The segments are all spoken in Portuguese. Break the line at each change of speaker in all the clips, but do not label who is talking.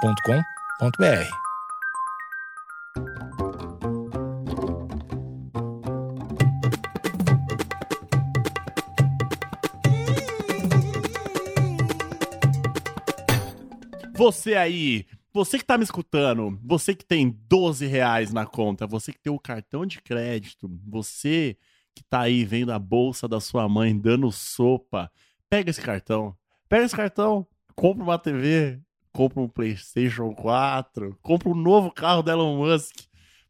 agenciadepodcast.com.br.
Você aí, você que tá me escutando, você que tem 12 reais na conta, você que tem o cartão de crédito, você que tá aí vendo a bolsa da sua mãe dando sopa, pega esse cartão. Pega esse cartão, compra uma TV, compra um PlayStation 4, compra um novo carro da Elon Musk.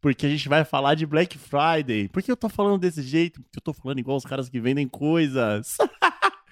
Porque a gente vai falar de Black Friday. Por que eu tô falando desse jeito? Porque eu tô falando igual os caras que vendem coisas.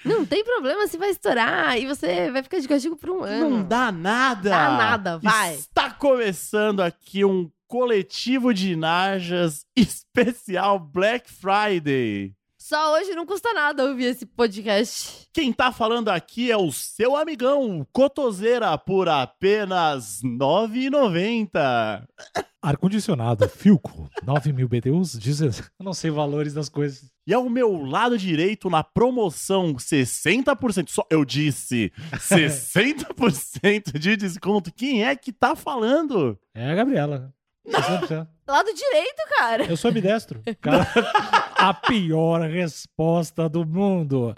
Não tem problema se vai estourar e você vai ficar de castigo por um ano.
Não dá nada.
Dá nada, vai.
Está começando aqui um coletivo de najas especial Black Friday.
Só hoje não custa nada ouvir esse podcast.
Quem tá falando aqui é o seu amigão, Cotoseira, por apenas R$ 9,90.
Ar-condicionado, Filco, 9 mil BTUs, 16. Eu não sei valores das coisas.
E ao meu lado direito, na promoção 60%, só eu disse 60% de desconto. Quem é que tá falando?
É a Gabriela. Eu sou-
Lado direito, cara.
Eu sou ambidestro. Cara, a pior resposta do mundo.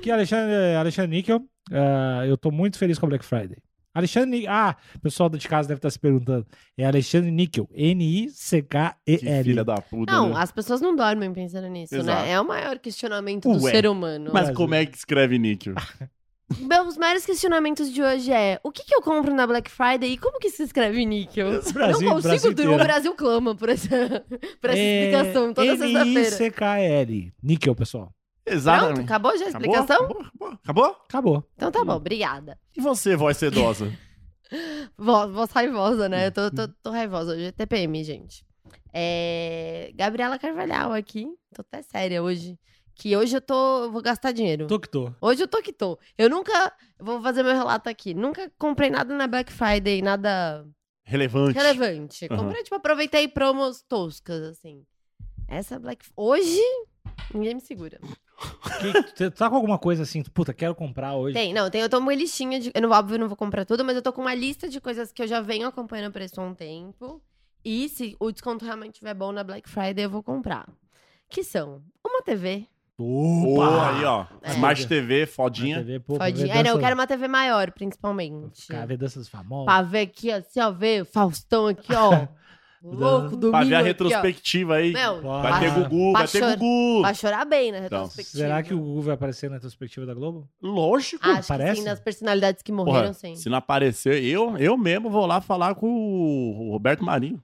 Que Alexandre, Alexandre Níquel, eh, eu tô muito feliz com a Black Friday. Alexandre Níquel, ah, o pessoal de casa deve estar se perguntando. É Alexandre Níquel,
Que filha
N-I-C-K-E-L.
da puta.
É, Não,
né?
as pessoas não dormem pensando nisso,
Exato.
né? É o maior questionamento do
Ué,
ser humano.
Mas como é que escreve níquel?
Meus maiores questionamentos de hoje é: o que, que eu compro na Black Friday e como que se escreve níquel?
Brasil,
não consigo
Brasil
dormir.
inteiro.
O Brasil clama por essa, por essa
É,
explicação toda sexta-feira.
N-I-C-K-E-L. Níquel, pessoal.
Pronto,
é Exatamente.
acabou já a
Acabou?
explicação?
Acabou? Hum. Acabou? Acabou?
Acabou.
Então tá bom, obrigada.
E você, voz sedosa?
Voz, voz raivosa, né? Eu tô,
Uhum.
tô, tô raivosa hoje. É TPM, gente. É... Gabriela Carvalhal aqui. Tô até séria hoje. Que hoje eu tô. eu vou gastar dinheiro.
Tô que tô.
Hoje eu tô que tô. Eu nunca. Vou fazer meu relato aqui. Nunca comprei nada na Black Friday, nada
Relevante.
relevante.
Aham.
Comprei, tipo, aproveitei promos toscas, assim. Essa Black. Hoje. Ninguém me segura.
Que- Você tá com alguma coisa assim, puta, quero comprar hoje.
Tem, não, tem, eu tô com uma listinha de. Eu não, óbvio, eu não vou comprar tudo, mas eu tô com uma lista de coisas que eu já venho acompanhando o preço há um tempo. E se o desconto realmente estiver bom na Black Friday, eu vou comprar. Que são uma TV.
Boa, aí, ó.
É.
Smart TV, fodinha.
TV, pô, pra ver
Fodinha. É, não, eu
dança-
quero uma TV maior, principalmente.
Cara, ver dança dos famosos.
Pra ver aqui, assim, ó, ver o Faustão aqui, ó. Louco, domingo
Pra ver a
aqui, ó.
retrospectiva aí.
Meu,
Vai ter
Ah.
Gugu, vai ter
Baixou-
Gugu.
Pra chorar bem na
Então.
retrospectiva.
Será que o Gugu vai aparecer na retrospectiva da Globo?
Lógico.
Acho que
Parece?
sim, das personalidades que Ah, morreram,
Porra,
sim.
se não aparecer, eu, eu mesmo vou lá falar com o Roberto Marinho.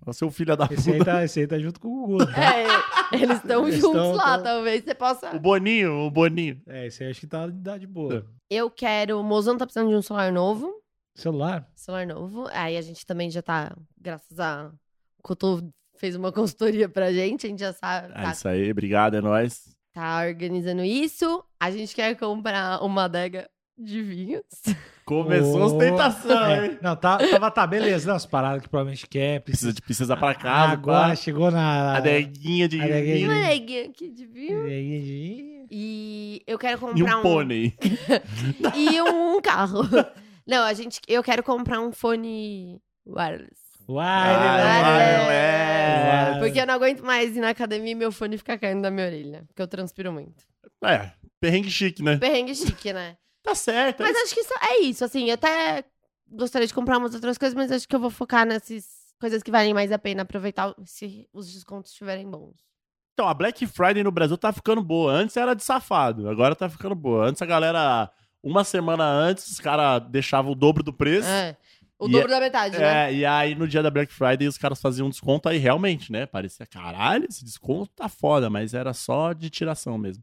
Fala, Seu filho da
Esse
puta.
aí, tá, esse aí tá junto com o Gugu. não tá?
É, eles estão
Eles
juntos
tão-
lá,
tão-
talvez você possa.
O Boninho, o Boninho.
É, esse aí acho que tá, tá de boa.
Eu quero. O mozão tá precisando de um celular novo.
Celular?
Celular novo. Aí a gente também já tá, graças a. O Couto fez uma consultoria pra gente, a gente já sabe.
É
Tá,
isso aí, obrigado, é nóis.
tá organizando isso. A gente quer comprar uma adega de vinhos.
Começou as
Oh.
tentações, hein?
É, não, tá, tava, tá, beleza. Não, as paradas que provavelmente quer.
Precisa,
Precisa
de- precisa pra casa,
Agora
agora.
chegou na...
Adeguinha de.
Adeguinha.
Uma
vinho
Hum.
adeguinha aqui de vinho. E eu quero comprar
E um pônei.
E um carro. Não, a gente. Eu quero comprar um fone wireless.
Ah, é um
Uai,
Wireless.
wireless.
Porque eu não aguento mais ir na academia e meu fone fica caindo da minha orelha. Porque eu transpiro muito.
É, perrengue chique, né?
Perrengue chique, né?
Tá certo. é
Mas acho que isso, é isso, assim. Eu até gostaria de comprar umas outras coisas, mas acho que eu vou focar nessas coisas que valem mais a pena aproveitar se os descontos estiverem bons.
Então, a Black Friday no Brasil tá ficando boa. Antes era de safado, agora tá ficando boa. Antes a galera, uma semana antes, os caras deixavam o dobro do preço. É.
É. O
E
dobro da metade, né?
e aí no dia da Black Friday os caras faziam um desconto aí realmente, né? Parecia, caralho, esse desconto tá foda, mas era só de tiração mesmo.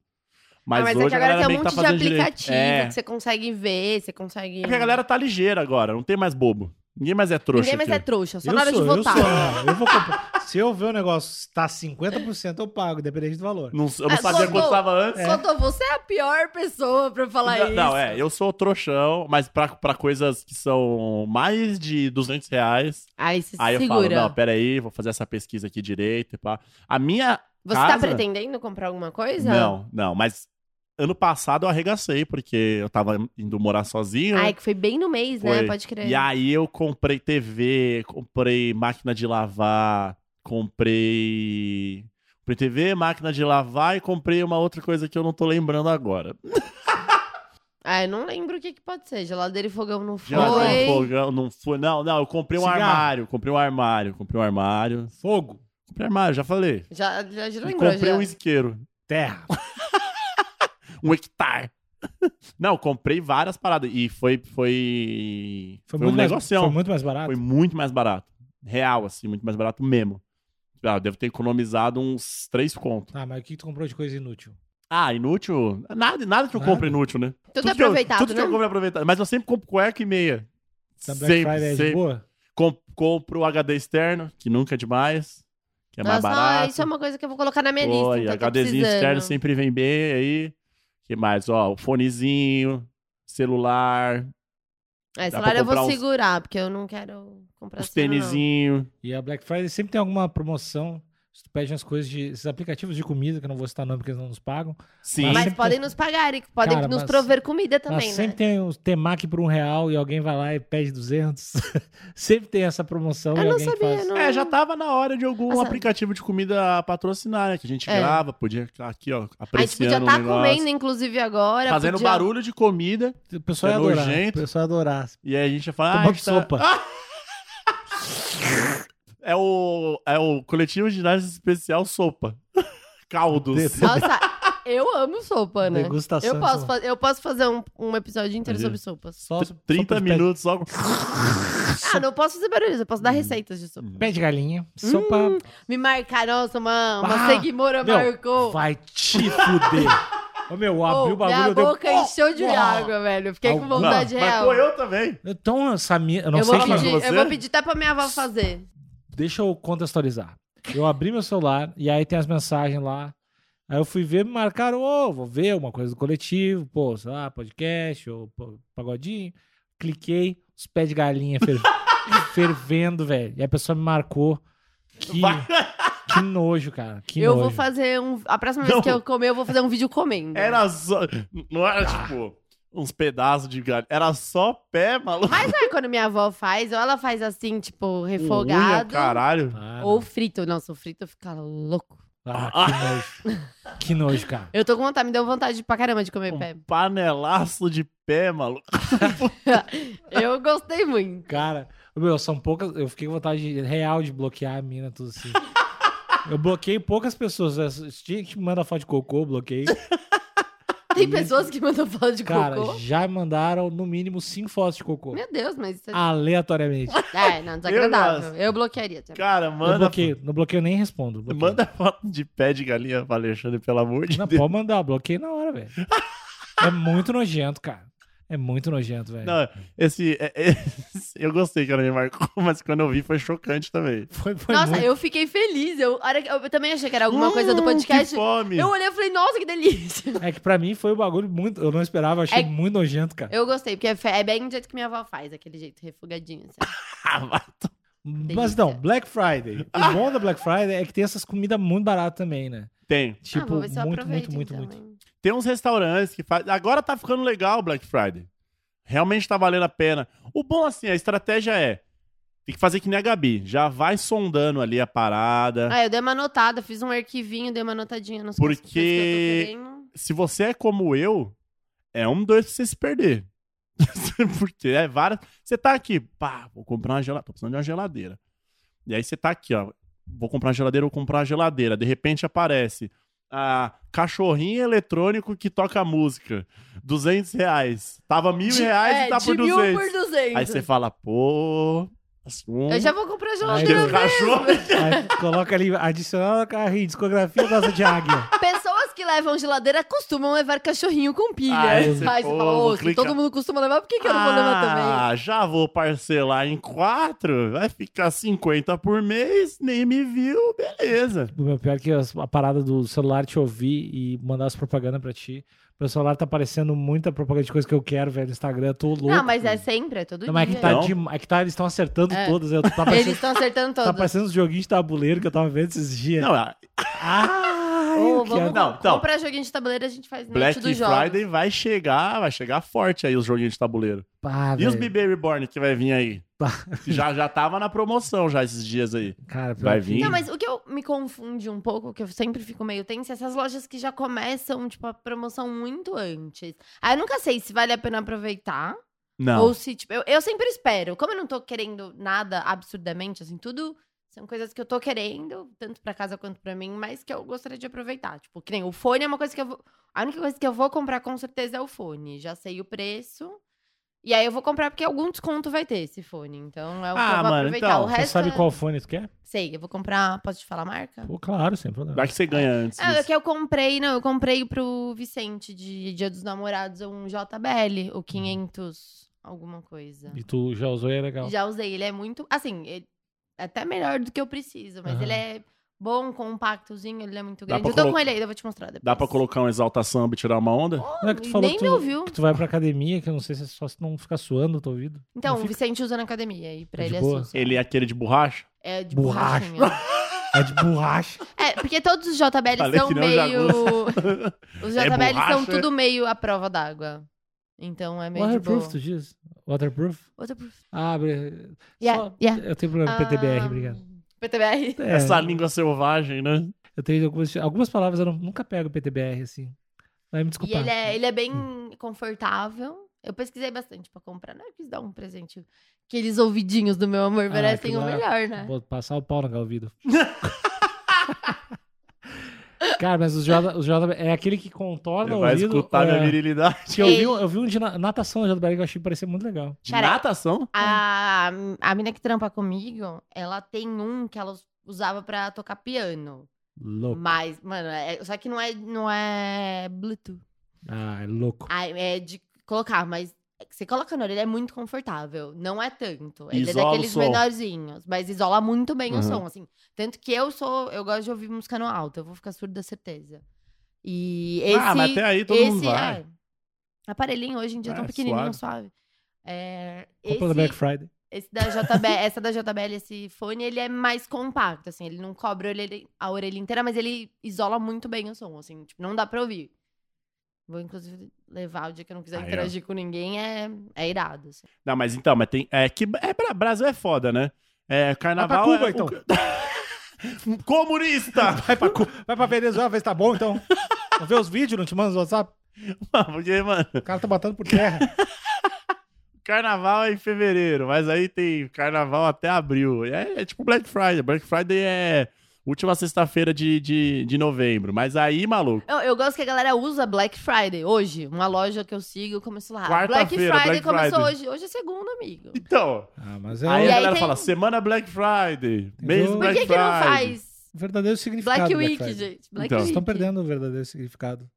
Mas,
Ah, mas
hoje
é que
a
agora
galera
tem
meio
um
que
monte
tá
de
fazendo
aplicativo assim,
direito. É,
que você consegue ver, você consegue.
porque a galera tá ligeira agora, não tem mais bobo. Ninguém mais é trouxa
Ninguém mais é
aqui.
trouxa, só
eu
na hora
sou,
de
eu
votar.
sou. não, Eu vou comprar. Se eu ver o negócio tá 50%, eu pago, independente do valor.
Não- eu não
Ah,
sabia
sou
quanto
bobo.
tava antes.
Soto, você é a pior pessoa pra falar
não,
isso.
não, é, eu sou trouxão, mas pra, pra coisas que são mais de 200 reais,
Aí você se
aí eu
segura.
falo, não, peraí, vou fazer essa pesquisa aqui direito e pá. A minha
você tá
casa-
é. pretendendo comprar alguma coisa?
Não, não, mas ano passado eu arregacei, porque eu tava indo morar sozinho.
Ai, que foi bem no mês,
Foi.
né? Pode crer.
E aí eu comprei TV, comprei máquina de lavar, comprei. Comprei TV, máquina de lavar e comprei uma outra coisa que eu não tô lembrando agora.
Ah, eu não lembro o que, que pode ser. Geladeira e fogão não foi.
Geladeira, um fogão, não foi. Não, não, eu comprei um
Cigarro.
armário, comprei um armário, comprei um armário.
Fogo,
Comprei armário, já falei.
Já, já, já
E
lembrou,
comprei
já.
um isqueiro,
terra.
um hectare. Não, comprei várias paradas e foi foi foi, um
mais,
negocião.
Foi muito mais barato.
Foi muito mais barato. Real, assim, muito mais barato mesmo. Ah, eu devo ter economizado uns três contos.
Ah, mas o que tu comprou de coisa inútil?
Ah, inútil? Nada, nada que eu
Nada.
compro é inútil, né?
Tudo
que eu-
aproveitado,
Tudo que eu
né?
compro é aproveitado. Mas eu sempre compro cueca e meia.
Da Black
sempre,
Friday é de
sempre.
boa?
Com- compro HD externo, que nunca é demais, que é mais
Nossa,
barato.
isso é uma coisa que eu vou colocar na minha
Oi,
lista. Então eu tô
HDzinho externo
precisando.
sempre vem bem aí. que mais? Ó, o fonezinho, celular,
É,
Dá
celular
pra
eu vou
comprar uns-
segurar, porque eu não quero comprar
os
celular, Tá assim não.
tênisinho.
E a Black Friday sempre tem alguma promoção. Se tu pede umas coisas de. Esses aplicativos de comida, que eu não vou citar nome porque eles não nos pagam.
Sim.
Mas
Mas
sempre-
podem nos pagar e podem
Cara,
nos
mas-
prover comida também,
mas
né?
sempre tem os temaki por um real e alguém vai lá e pede 200. sempre tem essa promoção. e
Eu não
alguém
sabia,
faz...
não.
É, já tava na hora de algum
Nossa.
aplicativo de comida patrocinar, né? Que a gente
É.
grava, podia ficar aqui, ó,
A gente
apreciando
podia
o
estar
um negócio.
comendo, inclusive, agora.
Fazendo
podia-
barulho de comida.
O pessoal ia
É
adorar.
nojento.
O pessoal ia adorar.
E aí a gente ia falar...
Tomando
ah, a gente tá-
sopa.
É o, é o coletivo de ginástica especial sopa. Caldos.
Desse-
Nossa, eu amo sopa, né?
Degustação.
Eu posso, fa- eu posso fazer um, um episódio inteiro
Imagina.
sobre sopas.
Só,
Tr- 30
sopa de
minutos só. com-
Ah, não posso fazer barulho, eu posso
Uhum.
dar receitas de sopa.
Pé, pé de
Hum.
galinha. Sopa.
Me marcar, nossa, uma, uma
Ah,
seguidora
meu,
marcou.
Vai te fuder. Ô, meu, abriu
Ô, Oh.
o bagulho.
minha
eu dei um-
boca encheu de
Uau.
água, velho. Eu Fiquei com
Alguma-
vontade real.
Marcou eu também.
Então, essa minha. Eu não
Eu
sei
vou,
quem.
mas
pedir,
você?
eu vou pedir até pra minha avó fazer.
Deixa eu contextualizar. Eu abri meu celular e aí tem as mensagens lá. Aí eu fui ver, me marcaram, ô, vou ver uma coisa do coletivo, pô, sei lá, podcast, ou pô, pagodinho. Cliquei, os pés de galinha fer- fervendo, velho. E a pessoa me marcou. Que,
Vai-
que nojo, cara. Que
eu
nojo.
vou fazer um. A próxima vez
Não.
que eu comer, eu vou fazer um vídeo comendo.
Era só... Não era,
Ah.
tipo, uns pedaços de galho. Era só pé, maluco.
Mas sabe quando minha avó faz? Ou ela faz assim, tipo,
é
Com Unha,
refogado.
caralho.
Ah, não.
ou frito. Nossa, o frito fica louco.
Ah, que nojo. Que nojo, cara.
Eu tô com vontade, me deu vontade pra caramba de comer pé.
Um panelaço de pé, maluco.
Eu gostei muito.
Cara, meu, são poucas. Eu fiquei com vontade de- real de bloquear a mina, tudo assim. Eu bloqueei poucas pessoas. né? Tinha que mandar foto de cocô, eu bloqueei.
Tem pessoas que mandam foto de
Cara,
cocô.
já mandaram no mínimo cinco fotos de cocô.
Meu Deus, mas
Ah.
isso é.
Aleatoriamente.
É, não, desagradável.
gosto.
Eu bloquearia também.
Cara,
Eu
manda...
bloqueio. No bloqueio eu nem respondo. bloqueio.
Manda foto de pé de galinha pra Alexandre, pelo amor de
Não,
Deus.
pode mandar, bloqueio na hora, velho. É muito nojento, cara. É muito nojento, velho.
Não, esse, é- é- esse- Eu gostei que ela me marcou, mas quando eu vi foi chocante também.
Foi, foi
Nossa,
muito.
eu fiquei feliz. Eu, a hora que- eu também achei que era alguma coisa do
Hum,
podcast.
Que fome.
Eu olhei e falei, nossa, que delícia.
É que pra mim foi um bagulho muito. Eu não esperava, eu achei
É-
muito nojento, cara.
Eu gostei, porque é fe- é bem do jeito que minha avó faz, aquele jeito refogadinho. assim. Ah, Sabe?
Ah,
Mas não, Black Friday. O bom da Black Friday é que tem essas comidas muito baratas também, né?
Tem.
ah,
Tipo,
vou ver se eu
muito,
aproveito,
muito, muito,
então,
muito.
hein.
Tem uns restaurantes que fazem. Agora tá ficando legal o Black Friday. Realmente tá valendo a pena. O bom, assim, a estratégia é. Tem que fazer que nem a Gabi. Já vai sondando ali a parada.
Ah, eu dei uma anotada, fiz um arquivinho, dei uma anotadinha nos
Porque-
coisas que eu tô querendo.
se você é como eu, é um dois pra você se perder. Porque é várias. Você tá aqui, pá, vou comprar uma geladeira. Tô precisando de uma geladeira. E aí você tá aqui, ó. Vou comprar uma geladeira, vou comprar uma geladeira. De repente aparece a cachorrinho eletrônico que toca música. 200 reais. Tava mil
De-
reais
é,
e tá
de
por
mil
200.
por 200.
Aí você fala, pô. Assim,
Eu já vou comprar
Aí
geladeira.
eu-
cachorro.
então,
Aí coloca ali, adicional a carrinho, discografia da Asa de Águia.
Pessoas que levam geladeira costumam levar cachorrinho com pilha.
Ah,
Aí
esse
você fala,
povo
"Ô, se
clica-
todo mundo costuma levar, por que, que eu não vou levar também?
Ah, já vou parcelar em quatro, vai ficar 50 por mês, nem me viu, beleza.
O meu pior é que as- a parada do celular te ouvir e mandar as propagandas pra ti. Meu celular tá aparecendo muita propaganda de coisa que eu quero, velho, no Instagram. Eu tô louco.
Não, mas é sempre, é todo
Não, mas é
dia.
que tá,
Não?
de- é que tá- eles estão acertando
É.
todas. Eu, tá
Eles
aparecendo,
estão acertando
tá
todos.
aparecendo os joguinhos de tabuleiro que eu tava vendo esses dias.
Não, ah,
Ah, Caralho,
Ô,
que
vamos
ad-
Não, então.
comprar joguinho de tabuleiro, a gente faz
Black
noite do jogo.
Friday vai chegar, vai chegar forte aí os joguinhos de tabuleiro.
Pá,
e os
velho.
BB Reborn que vai vir aí?
Pá.
Que já, já tava na promoção já esses dias aí.
Cara, pior
Vai
que-
vir?
Não, mas o que eu me confunde um pouco, que eu sempre fico meio tensa, é essas lojas que já começam, tipo, a promoção muito antes. Aí eu nunca sei se vale a pena aproveitar.
Não.
Ou se, tipo, eu, eu sempre espero. Como eu não tô querendo nada absurdamente, assim, tudo são coisas que eu tô querendo, tanto pra casa quanto pra mim, mas que eu gostaria de aproveitar. Tipo, que nem o fone é uma coisa que eu vou. A única coisa que eu vou comprar com certeza é o fone. Já sei o preço. E aí eu vou comprar porque algum desconto vai ter esse fone. Então é o que
Ah,
eu vou
mano,
aproveitar.
então,
o
você
Você
resto.
sabe
é-
qual fone tu quer?
Sei, eu vou comprar. Posso te falar a marca?
Pô, claro, sem problema.
Vai que você ganha antes.
Ah, é
disso.
que eu comprei, não, eu comprei pro Vicente de Dia dos Namorados um JBL, o 500, alguma coisa.
E tu já usou e é
Então
legal.
Já usei, ele é muito. Assim, ele é até melhor do que eu preciso, mas
Aham.
ele é bom, compactozinho, ele é muito
Dá
grande.
pra
Eu tô com
colo-
ele aí, eu vou te mostrar depois.
Dá pra colocar né, um exalta samba e tirar uma onda?
Não é que tu
E
falou
nem
que tu,
me ouviu.
que tu vai pra academia, que eu não sei se é só se não ficar suando o teu ouvido.
Então,
Não
o
fica-
Vicente usa na academia e pra
É de
ele é
boa?
sussa.
Ele é aquele de borracha?
É de
Borracha.
borrachinha.
É de borracha.
é, porque todos os JBL
Falei
são
que não, já
meio. Os
É
JBL são
borracha,
tudo meio à prova d'água. Então é meio de boa.
Waterproof, tu diz? Waterproof?
Waterproof.
Ah, bre-
Yeah,
só-
yeah.
Eu tenho problema com PTBR,
Ah,
obrigado.
PTBR.
É,
Essa língua selvagem, né?
Eu tenho algumas, algumas palavras, eu não- nunca pego PTBR, assim. Vai
E
me desculpar.
ele é, ele é bem confortável. Eu pesquisei bastante pra comprar, né? Eu quis dar um presente. Aqueles ouvidinhos do meu amor
Ah,
merecem o
aquilo lá-
melhor, né?
Vou passar o pau na ouvido. Cara, mas os J, os J, é aquele que contorna
Ele
o
vai
ouvido.
escutar minha
é,
virilidade.
que eu, vi, um- eu vi um de na- natação do JBL que eu achei que parecia muito legal.
De
Cara,
natação?
A, a mina que trampa comigo, ela tem um que ela us- usava pra tocar piano.
Louco.
Mas, mano, é- só que não é, não é Bluetooth.
Ah, é louco.
Ah, é de colocar, mas você coloca na orelha, é muito confortável. Não é tanto. Ele
Isola o
é daqueles
som.
menorzinhos, mas isola muito bem
Uhum.
o som, assim. Tanto que eu sou, eu gosto de ouvir música no alto, eu vou ficar surda certeza. E esse
ah, mas até aí todo
esse
mundo vai.
é, aparelhinho hoje em dia
É,
tão pequenininho, suave. É,
Compra do
esse-
Black Friday.
esse da JBL, essa da JBL, esse fone, ele é mais compacto, assim, ele não cobre a orelha, a orelha inteira, mas ele isola muito bem o som, assim, tipo, não dá pra ouvir. Vou, inclusive, levar o dia que eu não quiser
Aí, ó.
interagir com ninguém, é, é irado, assim.
Não, mas então, mas tem. É que é, Bra- Brasil é foda, né? É, carnaval.
Vai pra Cuba,
é,
então.
o- Comunista!
Vai pra, Cu- vai pra Venezuela, vê se tá bom então. Não vê os vídeos, não te manda os WhatsApp.
Porque, mano,
O cara tá batendo por terra.
carnaval é em fevereiro, mas aí tem carnaval até abril. É, é tipo Black Friday. Black Friday é última sexta-feira de, de, de novembro. Mas aí, maluco.
Eu, eu gosto que a galera usa Black Friday hoje, uma loja que eu sigo começou lá. Black Friday
Quarta-feira, Black
começou
Friday.
hoje, hoje é segunda, amigo.
Então.
Ah, mas é
Aí
E
a
aí
galera
tem-
fala: semana Black Friday, mês
Entendeu?
Por
Black
que, que
Friday.
não faz
o verdadeiro significado. né,
Black
do
Week,
Friday.
gente? Black
Então.
Week.
Vocês
Eles estão perdendo né? o verdadeiro significado.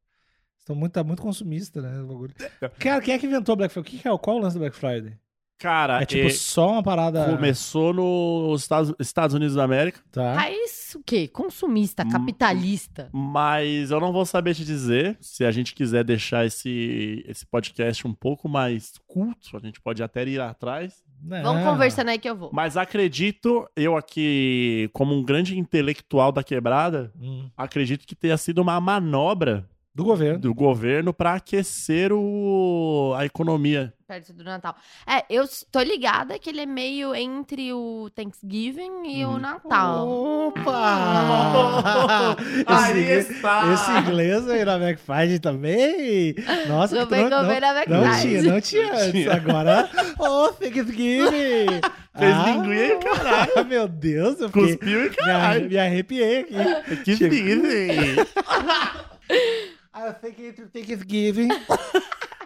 Estão muito, tá muito consumista, né? O bagulho.
Então.
Cara, quem é que inventou o Black Friday? O que que é, qual é o lance do Black Friday?
Cara,
É tipo
Ah, e-
só uma parada.
começou nos Estados, Estados Unidos da América,
Tá.
País o quê? Consumista,
Hum.
capitalista.
mas eu não vou saber te dizer. Se a gente quiser deixar esse, esse podcast um pouco mais culto, a gente pode até ir atrás.
É.
Vamos conversando aí que eu vou.
Mas acredito, eu aqui, como um grande intelectual da quebrada,
Hum.
acredito que tenha sido uma manobra
Do governo.
do governo para aquecer o, a economia.
perto do Natal. É, eu s- tô ligada que ele é meio entre o Thanksgiving e
Uhum.
o Natal.
Opa!
Aí
esse,
está!
esse inglês aí na McFly também. Nossa, que
Governo-
tu não- não-
governo é
Não
McFly.
tinha, não tinha antes.
Tinha.
Agora, ô, oh, Thanksgiving!
Fez
Ah,
linguinha, caralho.
Ah, meu Deus, eu fiquei,
Cuspiu e
me, arre-
caralho.
me arrepiei aqui.
Que lindo, hein?
I think it's Thanksgiving.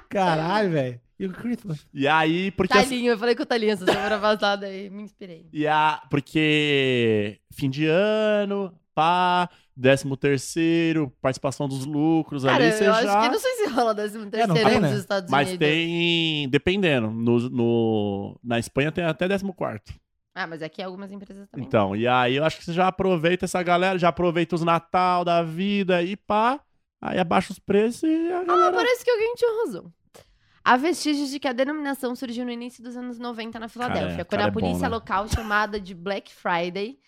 Caralho, velho. E o Christmas?
E aí, porque assim,
Talinho, eu falei com o Talinho essa semana passada e me inspirei.
E a, porque fim de ano, pá, décimo terceiro, participação dos lucros
Cara,
ali, você
eu acho
já...
que não sei se rola 13 terceiro
É, não tem,
nos
né?
Estados
Mas
Unidos.
tem, dependendo, no, no- na Espanha tem até décimo quarto.
Ah, mas aqui algumas empresas também.
Então, e aí eu acho que você já aproveita essa galera, já aproveita os Natal da vida e pá, aí abaixa os preços e a
Ah,
galera...
parece que alguém tinha razão. Há vestígios de que a denominação surgiu no início dos anos 90 na Filadélfia,
Cara, é,
quando
cara é
a polícia
bom, né?
local chamada de Black Friday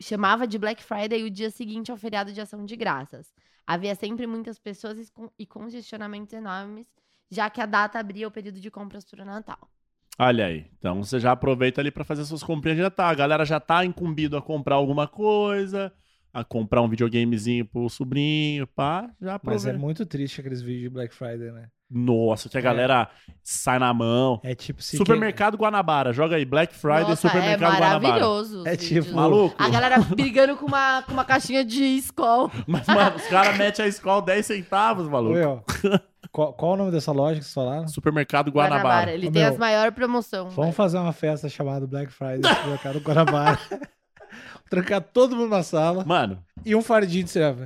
chamava de Black Friday o dia seguinte ao feriado de ação de graças. Havia sempre muitas pessoas e con- e congestionamentos enormes, já que a data abria o período de compras para o Natal.
Olha aí. Então você já aproveita ali pra fazer suas comprinhas de Natal. A galera já tá incumbido a comprar alguma coisa, a comprar um videogamezinho pro sobrinho, pá. Já
Mas é
aproveita.
muito triste aqueles vídeos de Black Friday, né?
Nossa, que a galera sai na mão.
É tipo se
Supermercado Guanabara. Joga aí Black Friday
Nossa,
Supermercado
é
Guanabara.
maravilhoso. os
É
vídeos.
tipo-
Maluco.
A galera brigando com uma, com uma caixinha de escol.
Mas, mano, os caras metem a escola 10 centavos, maluco.
Oi, ó. qual, qual o nome dessa loja que vocês falaram?
Supermercado Guanabara.
Ele
Ô,
tem
meu, um
as maiores promoções.
Vamos fazer uma festa chamada Black Friday no supermercado Guanabara. Trancar todo mundo na sala
Mano,
e um fardinho de cerveja.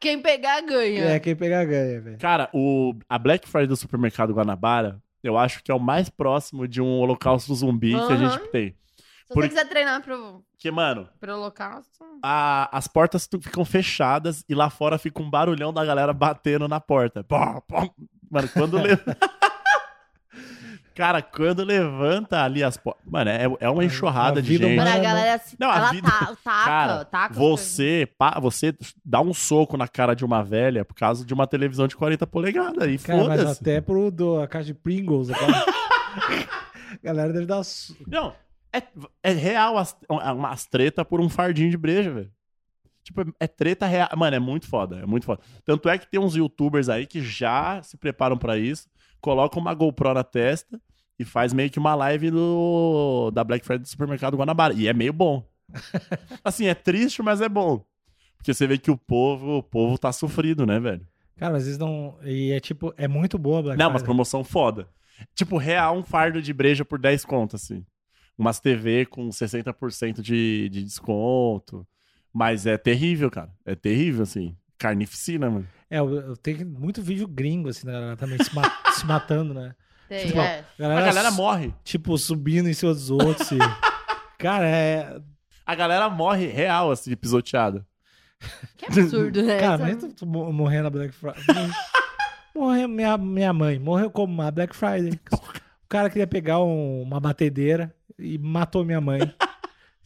Quem pegar, ganha.
É, quem pegar ganha, velho.
cara, o, a Black Friday do Supermercado Guanabara, eu acho que é o mais próximo de um holocausto zumbi que a
Aham.
gente tem.
Se
por-
você quiser treinar pro,
Porque, mano,
pro holocausto...
a- as portas tu- ficam fechadas e lá fora fica um barulhão da galera batendo na porta. Pó, pó. Mano, quando levanta. Cara, quando levanta ali as portas. Mano, é, é uma enxurrada
a
de
vida
gente.
Mano,
humana- é
a
Mano,
galera se-
não, a
ela
vida-
ta- taca,
Cara,
taca. as coisas.
Você, pá, você dá um soco na cara de uma velha por causa de uma televisão de 40 polegadas. E
Cara, mas
foda-se.
até pro do, a caixa de Pringles. A galera, a galera deve dar. su-
Não, é, é real as, umas treta por um fardinho de breja, velho. Tipo, é- é treta real. Mano, é muito foda, é muito foda. Tanto é que tem uns youtubers aí que já se preparam pra isso, colocam uma GoPro na testa e faz meio que uma live do, da Black Friday do supermercado Guanabara. E é meio bom. assim, é triste, mas é bom. Porque você vê que o povo, o povo tá sofrido, né, velho?
Cara, mas eles não. E é tipo, é muito boa a Black
Não, mas
Friday.
promoção foda. Tipo, real, um fardo de breja por 10 conto, assim. Umas TV com 60% de, de desconto. Mas é terrível, cara. É terrível, assim. Carnificina, mano.
É, eu, eu tenho muito vídeo gringo, assim, da galera também se, ma- se matando, né?
Tem,
Tipo,
é.
A galera morre.
Tipo, subindo em cima dos outros. e- Cara, é.
A galera morre real, assim, pisoteada.
Que absurdo, né?
Cara,
Essa-
mas tu, tu mo- morrer na Black Friday. morreu minha, minha mãe, morreu como a Black Friday. O cara queria pegar um- uma batedeira e matou minha mãe.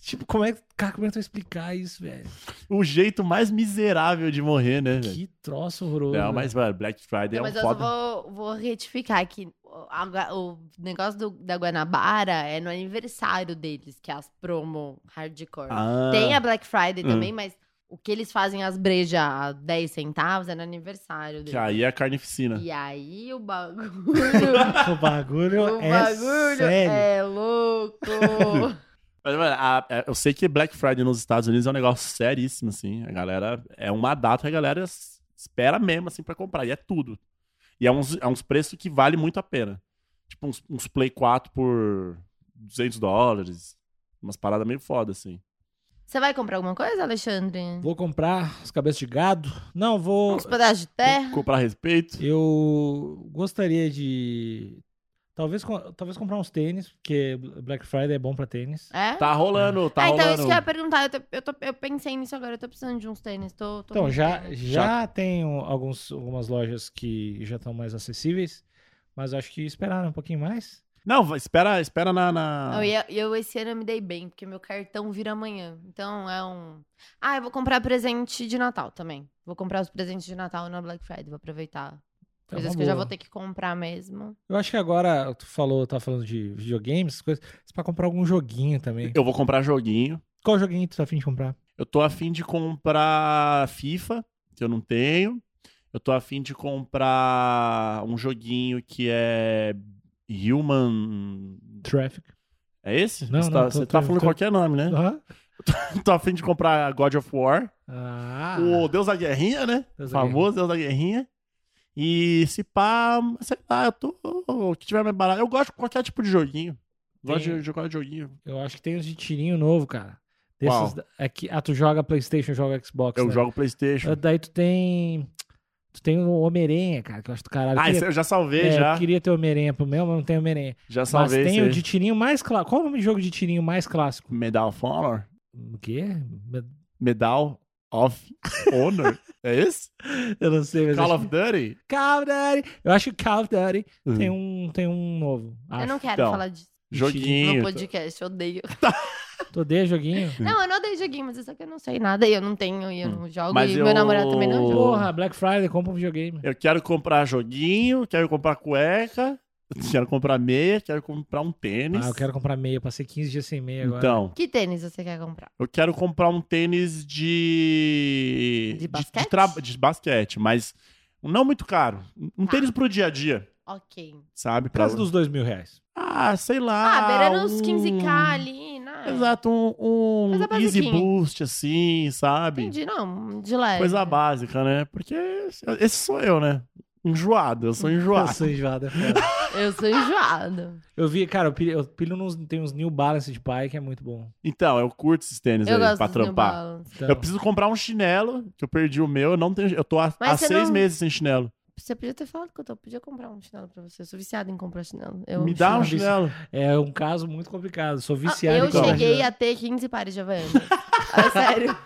tipo, como é que. Cara, como é que tu vai explicar isso, velho?
O jeito mais miserável de morrer, né, velho?
Que troço horroroso.
Não, mas, mano, Black Friday
Não,
é um
mas eu só
foda.
vou, vou retificar que o- a gua- o negócio do- da Guanabara é no aniversário deles, que é as promo hardcore.
Ah,
Tem a Black Friday
Hum.
também, mas o que eles fazem as brejas a 10 centavos é no aniversário deles.
Que aí é a carnificina.
E aí
É
o bagulho.
velho. O bagulho
o
é
bagulho
sério.
é louco.
Mas, mano, a- a- eu sei que Black Friday nos Estados Unidos é um negócio seríssimo, assim. A galera. É uma data que a galera s- espera mesmo, assim, pra comprar. E é tudo. E é uns, é uns preços que vale muito a pena. Tipo, uns, uns Play 4 por 200 dólares. Umas paradas meio foda, assim.
Você vai comprar alguma coisa, Alexandre?
Vou comprar os cabeças de gado. Não, vou.
Uns pedaços de terra?
Comprar respeito.
Eu gostaria de. Talvez, co- talvez comprar uns tênis, porque Black Friday é bom pra tênis.
É?
Tá rolando, tá
ah, então
rolando.
isso que eu ia perguntar. Eu, tô- eu, tô- eu pensei nisso agora, eu tô precisando de uns tênis. Tô, tô
Então,
muito
já,
tênis.
já tem o- alguns, algumas lojas que já estão mais acessíveis, mas acho que esperaram um pouquinho mais.
Não, vai- espera, espera na. na-
Não, e eu, e eu esse ano eu me dei bem, porque meu cartão vira amanhã. Então é um. Ah, eu vou comprar presente de Natal também. Vou comprar os presentes de Natal na Black Friday, vou aproveitar.
Tá
É
Coisas
uma
que eu já
boa.
vou ter que comprar mesmo.
Eu acho que agora tu falou, tá falando de videogames, coisas. Você pode comprar algum joguinho também.
Eu vou comprar joguinho.
Qual joguinho tu tá afim de comprar?
Eu tô afim de comprar FIFA, que eu não tenho. Eu tô afim de comprar um joguinho que é Human.
Traffic.
É esse?
Não,
você
não,
tá,
tô-
você
tô-
tá falando
tô-
qualquer nome, né?
Hã?
Tô afim de comprar God of War.
Ah.
O Deus da Guerrinha, né?
Deus da
famoso Deus da Guerrinha. E se pá, sei lá, eu tô. O que tiver mais barato. Eu gosto de qualquer tipo de joguinho. Gosto
Tem-
de jogar joguinho.
Eu acho que tem uns de tirinho novo, cara.
Qual?
Desses da- é que, ah, tu joga PlayStation, joga Xbox.
Eu
né?
jogo PlayStation.
Ah, Daí tu tem. Tu tem o Homem-Aranha, cara, que eu acho do caralho.
Ah,
Eu
esse eu já salvei,
é,
já.
eu queria ter Homem-Aranha pro meu, mas não tem Homem-Aranha.
Já
Mas
salvei
tem
esse.
o
aí.
de tirinho mais clássico. Qual é o nome de jogo de tirinho mais clássico?
Medal of Honor.
O quê?
Medal of Honor? é esse?
Eu não sei, mas.
Call
acho
of Duty? Hum.
que- Call of Duty! Eu acho que Call of Duty assim. tem, um, tem um novo.
Eu
acho.
não quero
Então,
falar disso
Joguinho.
no podcast, eu odeio.
Tu odeia joguinho?
Não, eu não odeio joguinho, mas é só que eu não sei nada e eu não tenho e eu não jogo.
Hum. Mas
e
eu-
meu namorado também não joga.
Porra, Black Friday, compra um videogame.
Eu quero comprar joguinho, quero comprar cueca, quero comprar meia, quero comprar um tênis.
Hum. Ah, eu quero comprar meia. Passei 15 dias sem meia agora.
Então,
Que tênis você quer comprar?
eu quero comprar um tênis de.
De basquete?
De, tra- de basquete, mas não muito caro. Um
Tá.
tênis pro dia a dia,
Ok.
sabe? Pra-
Casa dos dois mil reais.
Ah, sei lá.
Ah, beirando uns
um-
15k ali, né?
Exato, um,
Coisa
um easy
basiquinha.
boost, assim, sabe?
Entendi, não, de leve.
Coisa básica, né? Porque esse sou eu, né? Enjoado, eu sou enjoado.
Eu sou enjoado, é foda.
Eu sou enjoado.
Eu vi, cara, eu pilho, eu pilho nos, tem uns New Balance de pai que é muito bom.
Então, eu curto esses tênis
eu
aí
gosto
pra
dos New
trampar.
Balance.
Então,
Eu preciso comprar um chinelo, que eu perdi o meu. Eu, não tenho, eu tô há,
Mas
há
você
seis
não-
meses sem chinelo.
Você podia ter falado que eu tô, podia comprar um chinelo pra você. Eu sou viciada em comprar chinelo. Eu
Me dá um
chinelo.
chinelo.
É um caso muito complicado. Sou
Ah,
viciado
eu
em comprar
cheguei
chinelo.
a ter 15 pares de Havaianas. Ah, sério.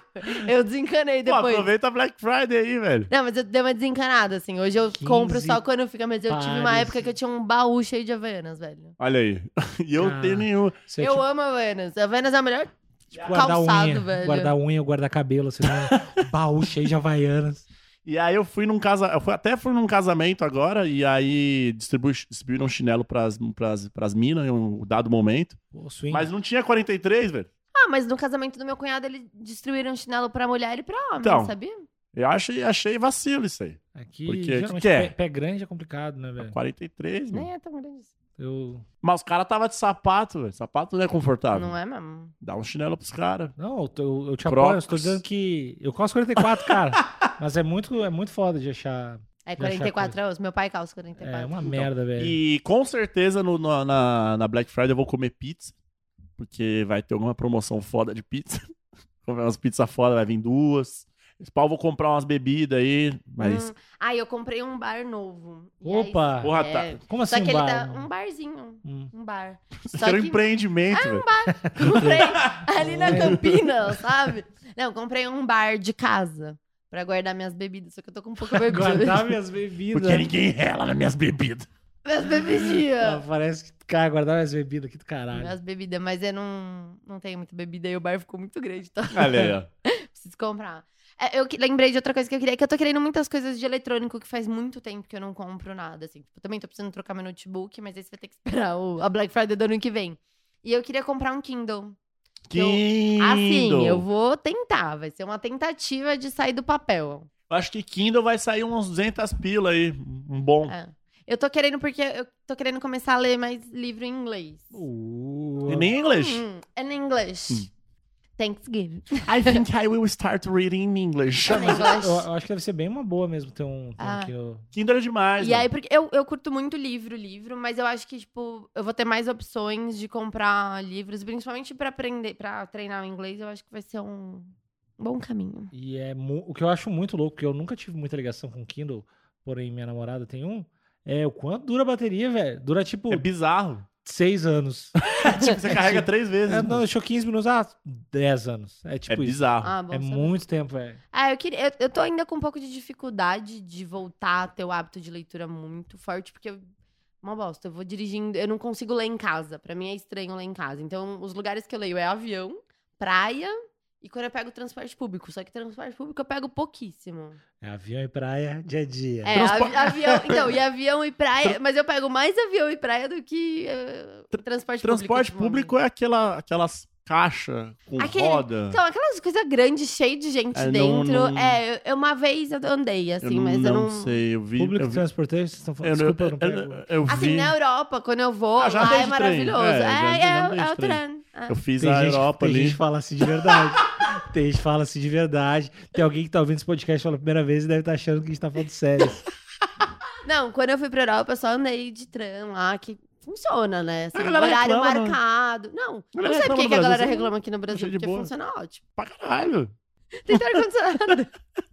Eu desencanei
Pô,
depois.
aproveita a Black Friday aí, velho.
não, mas eu dei uma desencanada, assim. Hoje eu
15
compro só quando fica, mas eu tive uma
pares.
época que eu tinha um baú cheio de Havaianas, velho.
Olha aí. E eu
Ah.
não tenho nenhum.
Você,
eu amo Havaianas. Havaianas é a melhor.
tipo, guardar
calçado,
unha,
velho.
Guardar unha, guardar cabelo, assim, um baú cheio de havaianas.
E aí eu fui num casamento. Eu fui- até fui num casamento agora, e aí distribu... distribuíram um chinelo pras, pras, pras minas em um dado momento.
Pô, swing.
Mas não tinha 43, velho.
Ah, mas no casamento do meu cunhado, eles distribuíram chinelo pra mulher e pra homem,
Então.
sabia?
Eu achei, achei vacilo isso aí.
Aqui,
Porque
geralmente,
que é?
pé, pé grande é complicado, né, velho?
43, mano.
Nem é tão grande assim.
Eu...
Mas os caras tava de sapato, velho. Sapato não é confortável.
Não é mesmo?
Dá um chinelo pros caras.
Não, eu, tô- eu te
Crocs.
apoio, eu estou dizendo que... Eu quase 44, cara. mas é muito, é muito foda de achar...
É
Deixa a
44 anos. Meu pai calça
É
44.
uma merda, velho.
Então, E com certeza no- na, na- na Black Friday eu vou comer pizza. Porque vai ter alguma promoção foda de pizza. Comprar umas pizzas foda, vai vir duas. Esse pau eu vou comprar umas bebidas aí. Mas.
Hum. Ah, eu comprei um bar novo. E aí-
Opa!
Porra, tá.
É.
Como
Só
assim
que
um
ele
bar?
tá um barzinho,
Hum.
um bar.
Isso
Só
era um
que-
empreendimento, velho.
Comprei ali na
É.
Campina, sabe? Não, comprei um bar de casa pra guardar minhas bebidas, só que eu tô com pouca
Guardar
bebida.
minhas bebidas.
Porque ninguém rela nas minhas bebidas.
minhas bebidinhas.
Ah, parece que... Cara, guardar minhas bebidas, que do caralho.
Minhas bebidas, mas eu não, não tenho muita bebida e o bar ficou muito grande, então
Olha aí, ó.
preciso comprar. É, eu que- lembrei de outra coisa que eu queria, é que eu tô querendo muitas coisas de eletrônico que faz muito tempo que eu não compro nada, assim. Tipo, eu também tô precisando trocar meu notebook, mas aí você vai ter que esperar o- a Black Friday do ano que vem. E eu queria comprar um Kindle. Eu-
Kindle.
Assim, eu vou tentar. Vai ser uma tentativa de sair do papel.
Eu Acho que Kindle vai sair uns 200 pila aí. Um bom.
É. Eu tô querendo porque eu tô querendo começar a ler mais livro em inglês.
Uh,
E nem em inglês.
É. Hum, in English. Thanksgiving.
I think I will start reading in English.
In
Eu,
English.
eu acho que deve ser bem uma boa mesmo ter um. ter um
Ah.
que eu-
Kindle é demais.
E
mano.
aí, porque eu, eu curto muito livro, livro, mas eu acho que, tipo, eu vou ter mais opções de comprar livros, principalmente pra aprender, pra treinar o inglês, eu acho que vai ser um bom caminho.
E é mu- o que eu acho muito louco, que eu nunca tive muita ligação com Kindle, porém minha namorada tem um. É o quanto dura a bateria, velho? Dura tipo
É bizarro.
seis anos.
Tipo, você carrega três vezes.
É,
mano.
não, deixou 15 minutos, ah, 10 anos. É
é
tipo isso.
bizarro.
Ah, bom
É
saber.
muito tempo, velho.
Ah, eu queria. Eu, eu tô ainda com um pouco de dificuldade de voltar a ter o hábito de leitura muito forte, porque eu. Uma bosta, eu vou dirigindo. Eu não consigo ler em casa. Pra mim é estranho ler em casa. Então, os lugares que eu leio é avião, praia e quando eu pego transporte público. Só que transporte público eu pego pouquíssimo.
É avião e praia, dia a dia.
É,
Transpo-
avi- avião. Então, e avião e praia. Mas eu pego mais avião e praia do que eh, transporte,
Transporte
público. tipo,
público é aquela, aquelas caixas com
Aquele-
roda.
Então, aquelas coisas grandes, cheias de gente
É, não-
dentro.
não-
É, eu- eu, uma vez eu andei, assim, mas eu não.
sei, eu vi.
Public
eu vi,
Transportation, vocês estão falando.
eu,
Desculpa, eu não
eu-
pego.
eu- eu
Assim,
vi-
na Europa, quando eu vou,
Ah, já
lá
andei
é
de trem.
maravilhoso.
É,
É,
já-
é,
já andei
é,
de
o
trem.
trem. É.
eu fiz
Tem
a
gente,
Europa
tem
ali.
gente que fala assim de verdade. tem gente que fala assim de verdade. Tem alguém que tá ouvindo esse podcast pela primeira vez e deve estar achando que a gente tá falando sério.
Não, quando eu fui pra Europa, eu só andei de trem lá, que funciona, né? Assim,
A galera
horário
reclama, né?
marcado. Não,
A
não
galera
sei por
reclama
que
no
que a
Brasil,
galera
assim,
reclama aqui no Brasil,
achei de
porque
boa.
funciona ótimo.
Pra caralho.
Tem que ter ar-condicionado.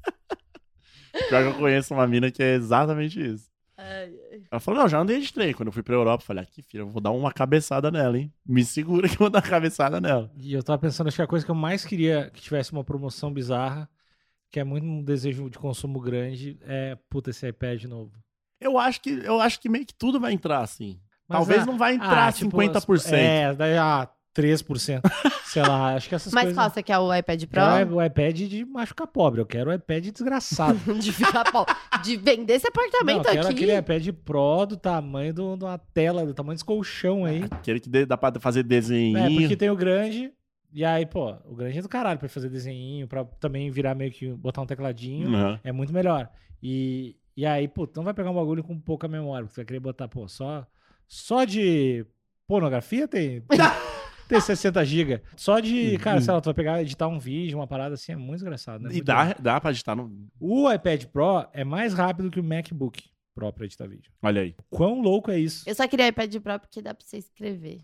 Pior que eu conheço uma mina que é exatamente isso.
Ai, ai.
Ela falou: não, já andei de trem. Quando eu fui pra Europa, eu falei, aqui, filha, eu vou dar uma cabeçada nela, hein? Me segura que eu vou dar uma cabeçada nela.
E eu tava pensando, acho que a coisa que eu mais queria que tivesse uma promoção bizarra, que é muito um desejo de consumo grande, é, puta, esse iPad novo.
Eu acho que, eu acho que meio que tudo vai entrar, assim.
Mas,
Talvez
ah,
não vai entrar
ah, tipo,
50%.
É, daí, ah, 3%. sei lá, acho que essas
Mas
coisas...
qual, você quer o iPad Pro?
Eu quero o iPad de machucar pobre, eu quero o iPad desgraçado.
De ficar pau. De vender esse
Não, eu
apartamento
quero
aqui.
aquele iPad Pro do tamanho do- de uma tela, do tamanho desse colchão aí.
Aquele que dê- dá pra fazer desenho.
É, porque tem o grande. E aí, pô, o grande é do caralho pra fazer desenhinho, pra também virar meio que botar um tecladinho.
Uhum.
É muito melhor. E, e aí, pô, tu não vai pegar um bagulho com pouca memória, porque tu vai querer botar, pô, só, só de pornografia tem. Tem 60 GB. Só de. Cara, sei lá, tu vai pegar, editar um vídeo, uma parada assim, é muito engraçado, né?
E
Muito
dá,
bom.
dá pra editar no.
O iPad Pro é mais rápido que o MacBook Pro pra editar vídeo.
Olha aí.
Quão louco é isso?
Eu só queria iPad Pro porque dá pra você escrever.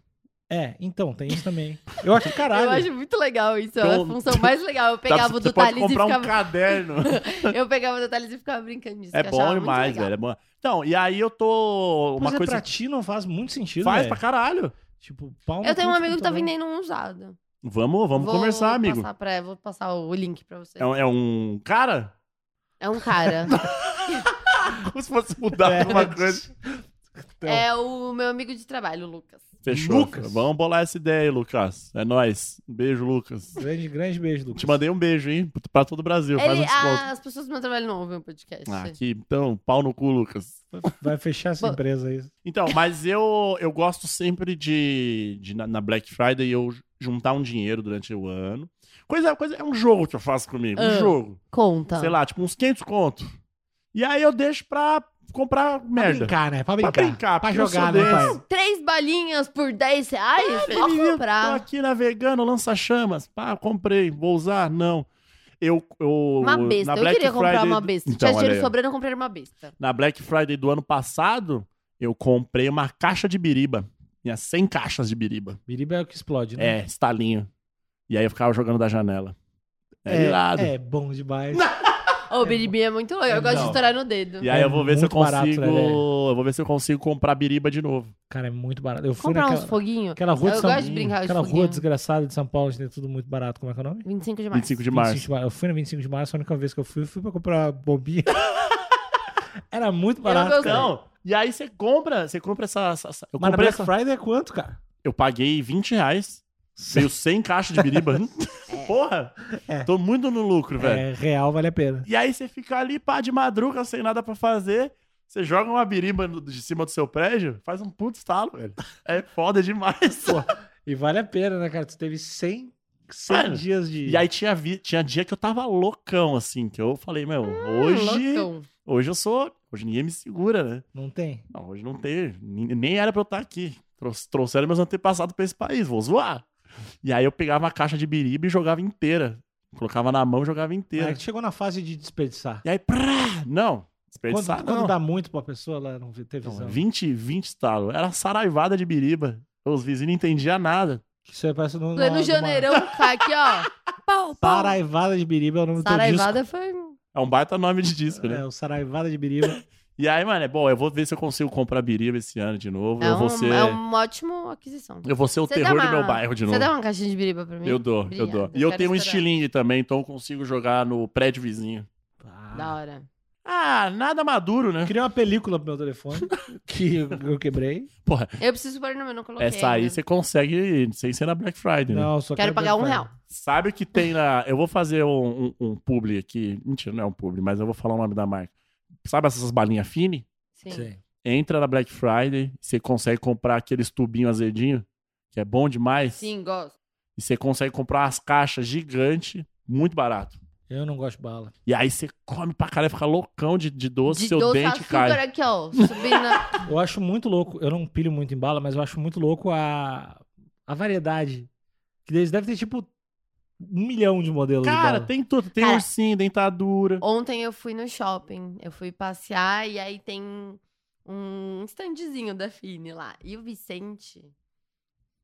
É, então, tem isso também. Eu acho que caralho.
Eu acho muito legal isso. É a
Então-
função mais legal. Eu pegava
Dá-
o
você
do
pode
Thales e
comprar
ficava.
um caderno.
Eu pegava o do Thales e ficava brincando disso.
é
que eu achava
bom
muito
demais,
legal.
velho. É bom. Então, e aí eu tô.
Mas
Uma
é
coisa.
pra ti né? não faz muito sentido,
Faz
velho.
pra caralho.
Tipo,
É
pau no
Eu tenho um
cu de
amigo que tá
computador.
vendendo um usado.
Vamos, vamos
Vou
conversar, amigo.
passar pra- vou passar o link pra você.
É um, é um cara?
É um cara.
Como se fosse mudar
É.
alguma coisa.
Então,
é o meu amigo de trabalho, o Lucas.
Fechou.
Lucas.
Vamos bolar essa ideia aí, Lucas. É nóis. Beijo, Lucas.
Grande, grande beijo, Lucas.
Te mandei um beijo, hein? Pra todo o Brasil. Faz um
Ele-
desconto.
as pessoas do meu trabalho não ouvem o podcast.
Ah, aqui, então, pau no cu, Lucas.
Vai fechar essa
Bom.
empresa aí.
Então, mas eu, eu gosto sempre de, de na, na Black Friday, eu juntar um dinheiro durante o ano. Coisa, coisa, é um jogo que eu faço comigo, um
Ah.
jogo.
Conta.
Sei lá, tipo uns 500 conto. E aí eu deixo pra comprar
Pra
merda.
brincar, né?
Pra
Pra brincar.
brincar,
pra
porque eu
jogar,
sou
né,
desse.
pai?
Três balinhas por 10 reais? Vou
Ah, menino, Tô
comprar.
aqui navegando, lança-chamas. Pá, comprei, vou usar? Não. Eu, eu,
Uma besta.
na
Eu
Black
queria comprar
Friday-
uma besta.
Então,
Tinha dinheiro
olha aí.
sobrando, eu comprei uma besta.
Na Black Friday do ano passado, eu comprei uma caixa de biriba. Tinha 100 caixas de biriba.
Biriba é o que explode, né?
É, estalinho. E aí eu ficava jogando da janela. É,
é,
irado.
é bom demais.
Ô, o Biribinha é muito louco. Eu gosto
Não.
de estourar no dedo.
E aí
É
eu vou ver se eu
muito barato,
consigo.
né, velho?
eu vou ver se eu consigo comprar biriba de novo.
Cara, é muito barato. Eu fui
Comprar
naquela
uns foguinhos.
aquela rua de
Eu
São
gosto de brincar de
Aquela rua
foguinho.
desgraçada de São Paulo, onde tem tudo muito barato. Como é que é o nome?
25 de março.
25 de março.
25 Eu fui na 25 de março, a única vez que eu fui, eu fui pra comprar bombinha. Era muito
não
barato.
gostei.
cara.
Então, e aí você compra, você compra essa. essa- essa- eu,
Mas na
comprei
Black
essa
Friday é quanto, cara?
eu paguei 20 reais. Veio 100 caixas de biriba. Porra!
É.
Tô muito no lucro, velho.
É, real vale a pena.
E aí você fica ali, pá, de madruga, sem nada pra fazer. Você joga uma biriba no- de cima do seu prédio, faz um puto estalo, velho. É foda demais.
E vale a pena, né, cara? Tu teve 100, 100
Mano,
dias de.
E aí tinha, vi- tinha dia que eu tava loucão, assim, que eu falei, meu, hoje.
Ah, Hum, Loucão.
Hoje eu sou. Hoje ninguém me segura, né?
Não tem?
Não, hoje não tem. nin- Nem era pra eu estar aqui. Trouxe- Trouxeram meus antepassados pra esse país, vou zoar. E aí eu pegava uma caixa de biriba e jogava inteira. Colocava na mão e jogava inteira.
Aí tu chegou na fase de desperdiçar.
E aí, prá, não.
Quando,
Desperdiçar,
quando
não.
dá muito pra pessoa, ela não vê- teve
Não,
visão.
20, 20 estalos. Era saraivada de biriba. Os vizinhos não entendiam nada.
Isso aí parece no.
Pleno janeirão, tá aqui, ó. Pau, pau.
Saraivada de Biriba é o nome do teu disco.
Saraivada foi.
É um baita nome de disco, né?
É, o Saraivada de Biriba.
E aí, mano, é bom. Eu vou ver se eu consigo comprar biriba esse ano de novo.
É,
eu, vou
um,
ser,
é uma ótima aquisição.
eu vou ser o
Você dá
terror do
uma-
meu bairro de novo.
Você dá uma caixinha de biriba pra mim?
Eu dou, eu
Obrigada,
dou. E eu
eu quero
tenho um
estourar.
estilingue também, então eu consigo jogar no prédio vizinho.
Da hora.
Ah, nada maduro, né?
Eu Criei uma película pro meu telefone que eu, eu quebrei.
Porra,
Eu preciso pôr no meu, não coloquei.
essa aí
ainda.
você consegue sem ser na Black Friday, né?
Não, eu só
Quero pagar um real.
Sabe o que tem na. Eu vou fazer um, um, um publi aqui. Mentira, não é um publi, mas eu vou falar o nome da marca. Sabe essas balinhas fine?
Sim.
Sim.
Entra na Black Friday, você consegue comprar aqueles tubinhos azedinho, que é bom demais.
Sim, gosto.
E você consegue comprar umas caixas gigantes, muito barato.
Eu não gosto de bala.
E aí você come pra caralho, fica loucão de, de doce,
De
seu
doce
dente
açúcar
cai.
aqui, ó. Subindo na...
Eu acho muito louco, eu não pilho muito em bala, mas eu acho muito louco a, a variedade. Que eles devem ter, tipo, um milhão de modelos de
Cara,
bala.
tem tudo. Tem
Cara.
ursinho, dentadura.
Ontem eu fui no shopping. Eu fui passear e aí tem um standzinho da Fini lá. E o Vicente,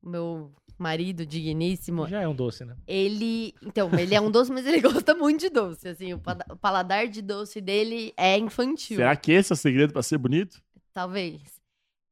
meu marido digníssimo,
Já é um doce, né?
Ele. Então, ele é um doce, mas ele gosta muito de doce. Assim, o pada- o paladar de doce dele é infantil.
Será que esse é o segredo pra ser bonito?
Talvez.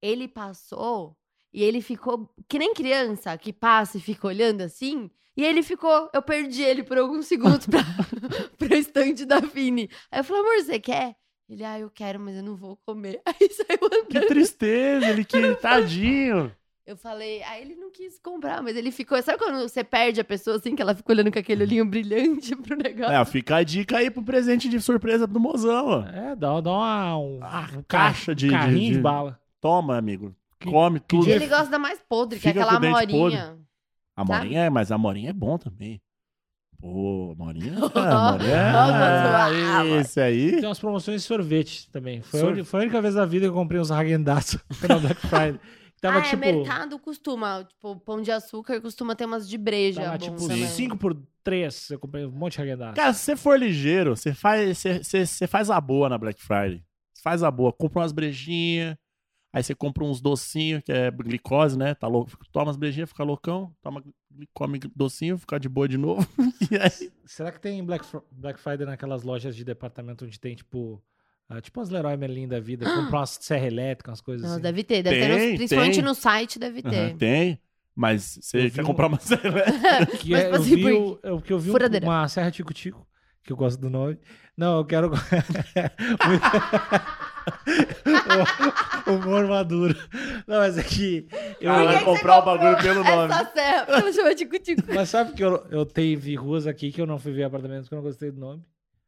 Ele passou e ele ficou. Que nem criança que passa e fica olhando assim. E ele ficou. Eu perdi ele por alguns segundos pra, pro estante da Fini. Aí eu falei, amor, você quer? Ele, ah, eu quero, mas eu não vou comer. Aí saiu
Que
andando.
tristeza, ele que tadinho.
Eu falei, aí ele não quis comprar, mas ele ficou. Sabe quando você perde a pessoa assim, que ela fica olhando com aquele olhinho brilhante pro negócio?
É, fica a dica aí pro presente de surpresa do mozão, ó.
É, dá, dá uma, um, um
caixa de- de-
carrinho de,
de-
bala.
Toma, amigo.
Que-
Come tudo.
E ele gosta da mais podre, que é
Fica
aquela
com o dente
amorinha. Tá.
A morinha é, mas a morinha é bom também. Pô, a morinha.
Ó,
A
ó,
morinha.
Gonçalo.
Esse aí.
Tem umas promoções de sorvete também. Foi,
Sor-
a, uni- foi a única vez da vida que eu comprei uns Hagendaço pela Black Friday. Tava
ah,
tipo.
é, mercado costuma. Tipo, pão de açúcar costuma ter umas de breja.
Tava
é bom
tipo
também.
5 por 3 Eu comprei um monte de Hagendaço.
Cara, se você for ligeiro, você faz, você, você- você faz a boa na Black Friday. Você faz a boa. Compra umas brejinhas. Aí você compra uns docinhos, que é glicose, né? Tá louco. Toma as brejinhas, fica loucão. Toma, come docinho, fica de boa de novo. E aí.
Será que tem Black, Fr- Black Friday naquelas lojas de departamento onde tem tipo. ah, tipo as Leroy Merlin da vida, comprar umas serra elétrica, umas coisas
Não,
assim.
deve ter. Deve ter
Tem,
nos- principalmente
tem.
no site, deve ter.
Aham, tem. Mas
Eu
você
vi
quer
um-
comprar uma cerveja?
Que
Mas
é, eu
você
vi,
brinca.
o- eu, que eu vi um-
Furadeira.
uma Serra Tico Tico, que eu gosto do nome. Não, eu quero. Humor maduro. Não, mas é que. Eu,
Ela vai
que que você
comprar o
comprou
bagulho pelo nome.
Essa serra, ela chama tico-tico.
mas sabe que eu, eu teve ruas aqui que eu não fui ver apartamentos porque eu não gostei do nome.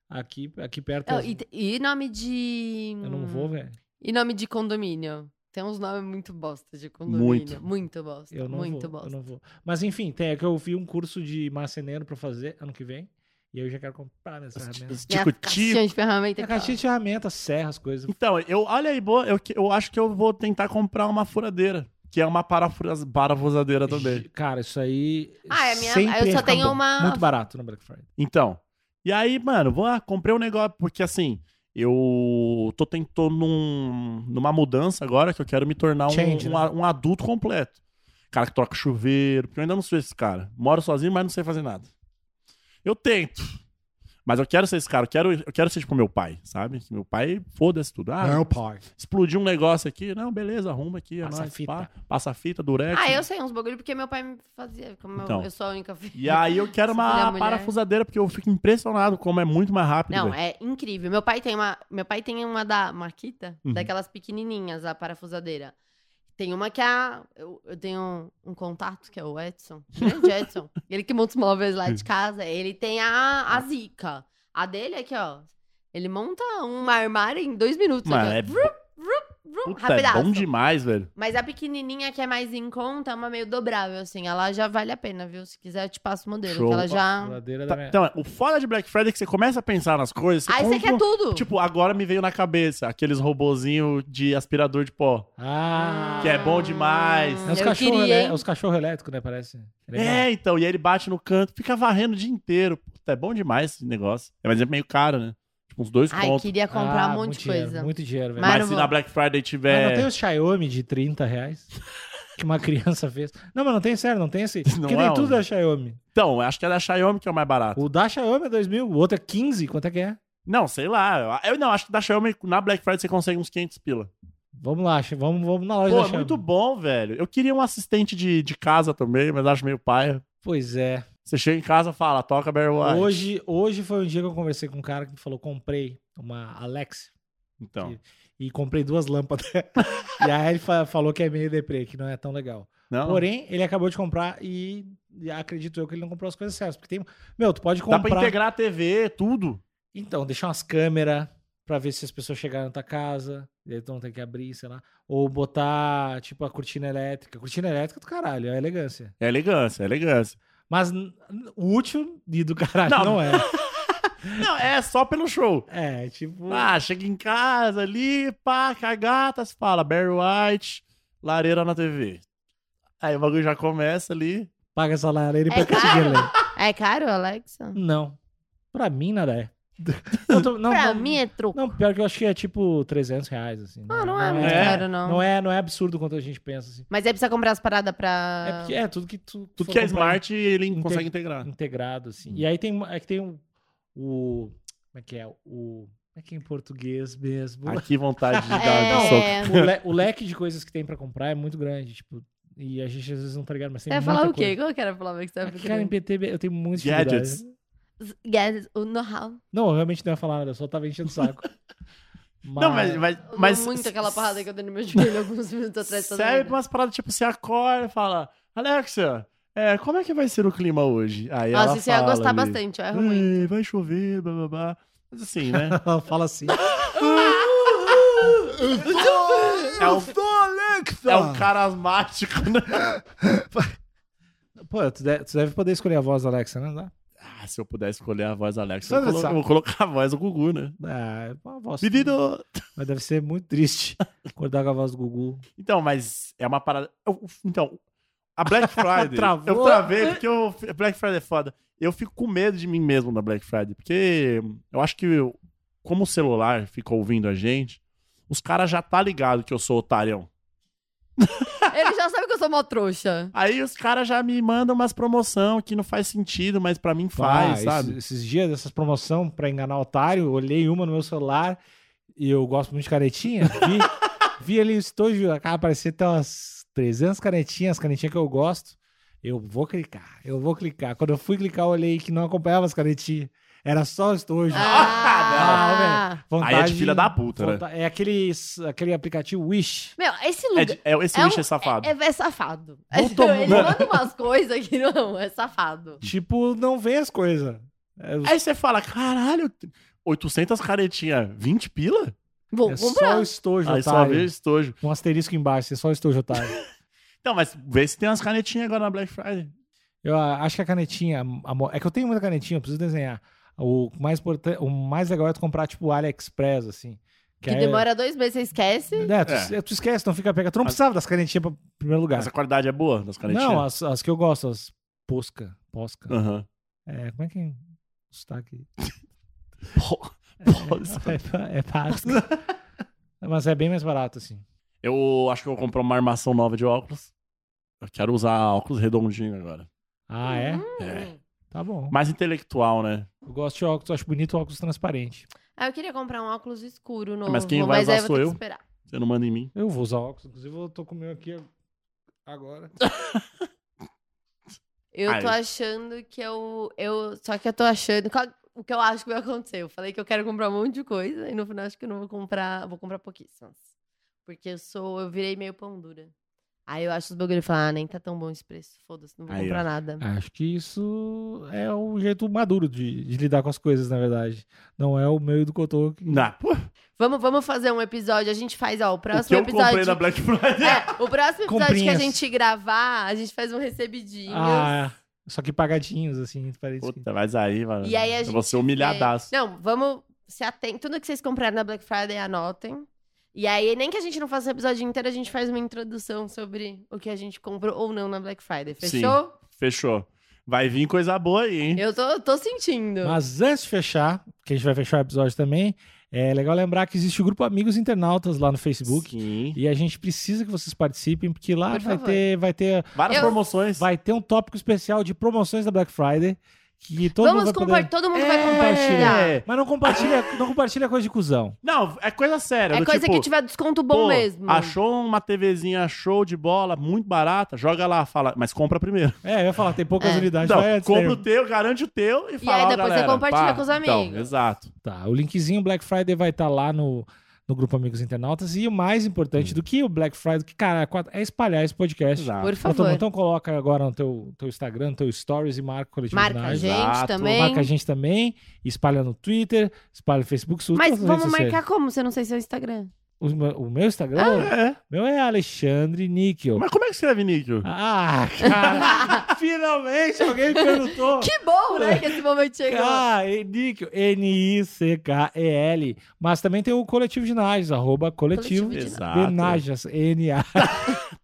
Aqui, aqui perto.
Não,
eu,
e, te- e nome de.
eu não vou, velho.
E nome de condomínio. Tem uns nomes muito bosta de condomínio.
Muito.
Muito, bosta.
Eu não
muito
vou.
bosta.
Eu não vou. Mas enfim, tem, é que eu vi um curso de marceneiro pra fazer ano que vem. E aí eu já quero comprar minhas ferramentas.
Minha
Tico-tico.
caixinha de ferramenta.
Tem
aqui, ó.
caixinha de ferramentas, serras, coisas.
Então, eu, olha aí, boa, eu, que- eu acho que eu vou tentar comprar uma furadeira, que é uma parafura- parafusadeira também.
Cara, isso aí.
Ah, é a minha-
sempre
eu só
fica
tenho
bom.
uma-
Muito barato no Black Friday.
Então, e aí, mano, vou ah, comprei um negócio, porque assim, eu tô tentando num, numa mudança agora que eu quero me tornar um,
Change,
um
né?
a- um adulto completo. Cara que troca chuveiro, porque eu ainda não sou esse cara. Moro sozinho, mas não sei fazer nada. Eu tento. Mas eu quero ser esse cara, eu quero, eu quero ser tipo meu pai, sabe? Meu pai, foda-se tudo. Ah,
pai.
explodiu um negócio aqui. Não, beleza, arruma aqui. é
Passa
nóis,
a fita.
pá. passa a fita, durex.
Ah, eu sei uns bagulho porque meu pai me fazia. Como eu-
Então.
eu sou a única filha.
E aí eu quero
Sou filha da
uma
mulher.
parafusadeira, porque eu fico impressionado como é muito mais rápido.
Não,
velho.
é incrível. Meu pai tem uma, meu pai tem uma da Maquita,
Uhum.
daquelas pequenininhas, a parafusadeira. Tem uma que é a, eu, eu tenho um, um contato que é o Edson, grande Edson. Ele que monta os móveis lá
Hum.
de casa. Ele tem a, a Zika. A dele aqui, ó. Ele monta um armário em dois minutos.
Mano,
aqui, ó.
é
Vrum, vrum,
Puta, é
rapidaço.
bom demais, velho.
Mas a pequenininha que é mais em conta é uma meio dobrável, assim. Ela já vale a pena, viu? Se quiser, eu te passo o modelo.
Show.
Que ela já.
Geladeira
Tá,
da minha...
então, o foda de Black Friday é que você começa a pensar nas coisas.
Aí você
compra
quer
um-
é tudo.
Tipo, agora me veio na cabeça aqueles robozinhos de aspirador de pó.
Ah.
Que é bom demais.
É os
Ah, Eu
cachorros
queria, hein?
os cachorro elétricos, né? Parece.
É, então, e aí ele bate no canto, fica varrendo o dia inteiro. Puta, é bom demais esse negócio. É, Mas é meio caro, né? Tipo, uns dois
Ai,
contos.
queria comprar um monte de coisa.
Ah, muito dinheiro, velho.
Mas
Mas
não
se
vou.
na Black Friday
Mas
tiver.
não tem os Xiaomi de 30 reais que uma criança fez. Não, mas não tem, sério, não tem esse.
Não
Porque
é
nem
um-
tudo da Xiaomi.
Então, acho que é da Xiaomi que é o mais barato.
O da Xiaomi é 2 mil, o outro é 15, quanto é que é?
Não, sei lá. Eu não, acho que da Xiaomi, na Black Friday você consegue uns 500 pila.
Vamos lá, che- vamos, vamos na loja
Pô,
da
é
Xiaomi.
muito bom, velho. Eu queria um assistente de, de casa também, mas acho meio paia.
Pois é.
Você chega em casa fala, toca Bear White.
Hoje, hoje foi um dia que eu conversei com um cara que me falou: comprei uma Alexa
Então,
e comprei duas lâmpadas. e aí ele fa- falou que é meio deprê, que não é tão legal.
não.
Porém, ele acabou de comprar e, e acredito eu que ele não comprou as coisas certas. Porque tem. Meu, tu pode
Dá
comprar.
pra integrar a TV, tudo.
Então, deixar umas câmeras pra ver se as pessoas chegaram na tua casa. E aí tu não tem que abrir, sei lá. Ou botar, tipo, a cortina elétrica. Cortina elétrica do caralho, é elegância.
É elegância, é elegância.
Mas n- n- útil e do caralho não,
Não.
é.
Não, é só pelo show.
É, tipo.
Ah, chega em casa ali, pá, cagata, se fala Barry White, lareira na TV. Aí o bagulho já começa ali.
Paga essa lareira e
É
pega esse
caro?
dinheiro aí.
É caro, Alexa?
Não. Pra mim, nada é. Não, tô- não,
pra
não-
mim é truco.
Não, pior que eu acho que é tipo 300 reais, assim.
Ah, não é muito
é.
caro, não.
Não é, não é absurdo quanto a gente pensa, assim.
Mas aí precisa comprar as paradas pra.
É porque é tudo que tu.
Tudo
for
que é
comprar
smart, né? ele
Inte-
consegue integrar.
Integrado,
Hum.
assim. E aí tem. É que tem um, o. Como é que é? O. Como é que é em português mesmo?
Aqui vontade de dar de soco.
É.
O, le- o leque de coisas que tem pra comprar é muito grande, tipo. E a gente às vezes não tá ligado, mas
Você
tem
vai
muita
falar o quê?
coisa.
Qual que era a palavra que você vai um
É que, Cara, em
procurar?
PTB eu tenho muitos
Gadgets.
Gadgets, o know-how.
Não, eu realmente não ia falar nada, eu só tava enchendo o saco.
Não, mas, mas,
Eu dou
mas
muito aquela parrada que eu dei no meu joelho alguns minutos atrás. toda
Serve
vez.
pra umas paradas, tipo, você acorda e fala, Alexa, é, como é que vai ser o clima hoje? Aí ela
Nossa, isso eu ia
fala
gostar
ali,
bastante, é eu
É
Hum.
erro muito.
"Ei, Vai chover, blá, blá, blá. Mas assim, né?
Ela fala assim.
é, um,
Alexa!
é um cara asmático, né?
Pô, tu deve, tu deve poder escolher a voz da Alexa, né? Dá?
Ah, se eu puder escolher a voz da Alexa, eu
Sabe,
vou, colo-
sabe?
eu vou colocar a voz do Gugu, né?
É, uma voz.
Menino!
Mas deve ser muito triste acordar com a voz do Gugu.
Então, mas é uma parada. eu- então, a Black Friday.
Travou.
Eu travei, porque eu, a Black Friday é foda. Eu fico com medo de mim mesmo na Black Friday, porque eu acho que, eu- como o celular fica ouvindo a gente, os caras já tá ligado que eu sou otário.
Ele já sabe que eu sou mó trouxa.
Aí os caras já me mandam umas promoção que não faz sentido, mas pra mim
Ah,
faz,
esses-
sabe?
Esses, dias, essas promoção pra enganar otário, eu olhei uma no meu celular e eu gosto muito de canetinha. Vi, vi ali o estojo, acaba aparecendo até umas 300 canetinhas, as canetinhas que eu gosto. Eu vou clicar, eu vou clicar. Quando eu fui clicar, eu olhei que não acompanhava as canetinhas. Era só o estojo.
Ah,
Ah, Vontade,
Aí é de filha da puta, né?
vonta- É aquele, aquele aplicativo Wish.
Meu, esse
É,
lugar.
de- é- esse
é
lixo
um-
é safado.
É, é safado.
Vou tomar-
Ele manda umas coisas que não, é safado.
Tipo, não vê as coisas. É, os-
Aí você fala, caralho, 800 caretinhas, 20 pila?
Vou
é só
comprar.
o estojo,
tá Aí só vê
otário.
estojo.
Um asterisco embaixo, é só o estojo, otário.
Então, mas vê se tem umas canetinhas agora na Black Friday.
Eu ah, acho que a canetinha. a mo- é que eu tenho muita canetinha, eu preciso desenhar. O mais, importan- o mais legal é tu comprar, tipo, AliExpress, assim.
Que
aí-
demora dois meses, você esquece.
É, tu,
É.
tu esquece, não fica pega. Tu não precisava das canetinhas pra primeiro lugar.
Essa qualidade é boa das canetinhas?
Não, as, as que eu gosto, as posca. Posca.
Aham.
É, como é que é o sotaque?
Pô, pô,
É, é pasca. Mas é bem mais barato, assim.
Eu acho que eu vou comprar uma armação nova de óculos. Eu quero usar óculos redondinho agora.
Ah, é?
Uhum.
É.
Tá bom.
Mais intelectual, né?
Eu gosto de óculos, eu acho bonito óculos transparente.
Ah, eu queria comprar um óculos escuro novo.
Mas quem vai
mas aí
usar
vou
sou
ter
eu.
que esperar.
Você não manda em mim.
Eu vou usar óculos, inclusive eu tô com o meu aqui agora.
Eu
Ah,
tô
eu-
achando que eu, eu. Só que eu tô achando. qual- o que eu acho que vai acontecer? Eu falei que eu quero comprar um monte de coisa e no final acho que eu não vou comprar. Vou comprar pouquíssimas. Porque eu sou. Eu virei meio pão dura. Aí eu acho os bagulho e falo, ah, nem tá tão bom esse preço. Foda-se, não vou
Aí,
comprar
ó.
nada.
Acho que isso é um jeito maduro de, de lidar com as coisas, na verdade. Não é o meu e do Cotô que.
Não, pô,
Vamos, vamos fazer um episódio. A gente faz, ó, o
o que
próximo
eu comprei
episódio.
na Black Friday.
É, o próximo episódio que a
Comprinhas.
gente gravar, a gente faz um recebidinho.
Ah, só que pagadinhos, assim, parece que-
Puta, mas aí, mano.
E aí a é,
Eu vou ser humilhadaço.
Não, vamos se atentem. Tudo que vocês compraram na Black Friday, anotem. E aí, nem que a gente não faça o episódio inteiro, a gente faz uma introdução sobre o que a gente comprou ou não na Black Friday. Fechou?
Fechou. Vai vir coisa boa aí, hein?
Eu tô, tô sentindo.
Mas antes de fechar, que a gente vai fechar o episódio também, é legal lembrar que existe o grupo Amigos Internautas lá no Facebook.
Sim.
E a gente precisa que vocês participem, porque lá
Por
vai
favor.
ter, vai, ter,
Várias
Eu-
promoções.
vai ter um tópico especial de promoções da Black Friday. Que todo
Vamos
mundo vai
compartilhar.
poder...
Todo mundo
É,
vai compartilhar.
é.
Mas não compartilha, não compartilha coisa de cuzão.
Não, é coisa séria.
É
do
coisa
tipo,
que tiver desconto bom
Pô,
mesmo.
Achou uma TVzinha show de bola, muito barata, joga lá, fala, mas compra primeiro.
É, eu ia falar, tem poucas
É.
unidades.
Não,
vai antes,
compra
né?
o teu, garante o teu e fala.
aí
ó,
depois você
galera,
compartilha
pá.
com os
Então,
amigos.
exato.
Tá, o linkzinho Black Friday vai estar lá no, no grupo Amigos Internautas. E o mais importante do que o Black Friday, que, cara, é quatro- é espalhar esse podcast.
Hum. Exato.
Por
Então,
favor.
então coloca agora no teu, teu Instagram, teu Stories e marca o Coletivo
Marca a
Ginásio.
gente
Exato.
também.
Marca a gente também. Espalha no Twitter, espalha no Facebook. tudo
Mas
nas redes
vamos
sociais.
marcar Ah. como? Se eu não sei seu Instagram.
O, meu- o meu Instagram?
É.
meu é Alexandre Níquel.
Mas como é que escreve níquel?
Ah, cara! finalmente alguém me perguntou.
Que bom, né? Que esse momento chegou.
Ah, e- Níquel, N-I-C-K-E-L. Mas também tem o Coletivo de Najas, arroba Coletivo,
Coletivo
de Najas, N-A.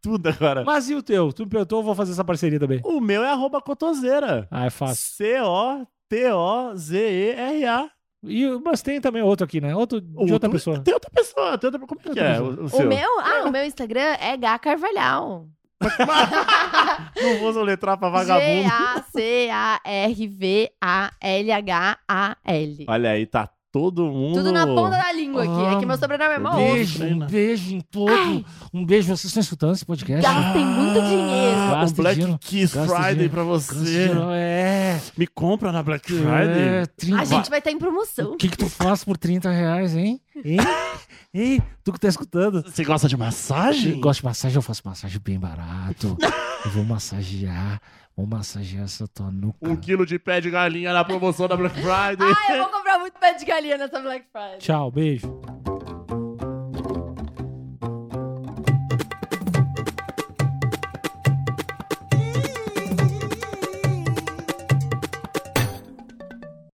Tudo agora.
Mas e o teu? Tu me perguntou, eu vou fazer essa parceria também.
O meu é arroba cotoseira.
Ah, é fácil.
C-O-T-O-Z-E-R-A.
E, o- mas tem também outro aqui, né? Outro de outra
Outro-
pessoa.
Tem outra pessoa. Tem outra... Como é que
Outra
é
pessoa.
o, o
O
seu?
meu? Ah, o meu Instagram é Gá Carvalhal.
Não vou soletrar pra vagabundo.
G-A-C-A-R-V-A-L-H-A-L.
Olha aí, tá todo mundo...
Tudo na ponta da língua aqui. É que meu sobrenome é
Ah, meu
mó
Deus.
outro.
Beijo, um beijo em todo. Um beijo, vocês estão escutando esse podcast?
Gastem muito
Ah,
dinheiro.
um
Gasta
Black
dinheiro,
Kiss
gasta
Friday
dinheiro,
pra você.
Considera- É.
Me compra na Black
é
Friday.
trin-
A gente vai estar em promoção.
O que, que tu faz por 30 reais, hein? Hein? Hein? Tu que tá escutando?
Você gosta de massagem?
Gosto de massagem, eu faço massagem bem barato. Eu vou massagear. Vou massagear essa tua nuca.
Um quilo de pé de galinha na promoção da Black Friday.
Ah, eu vou comprar muito pé de galinha nessa Black Friday.
Tchau, beijo.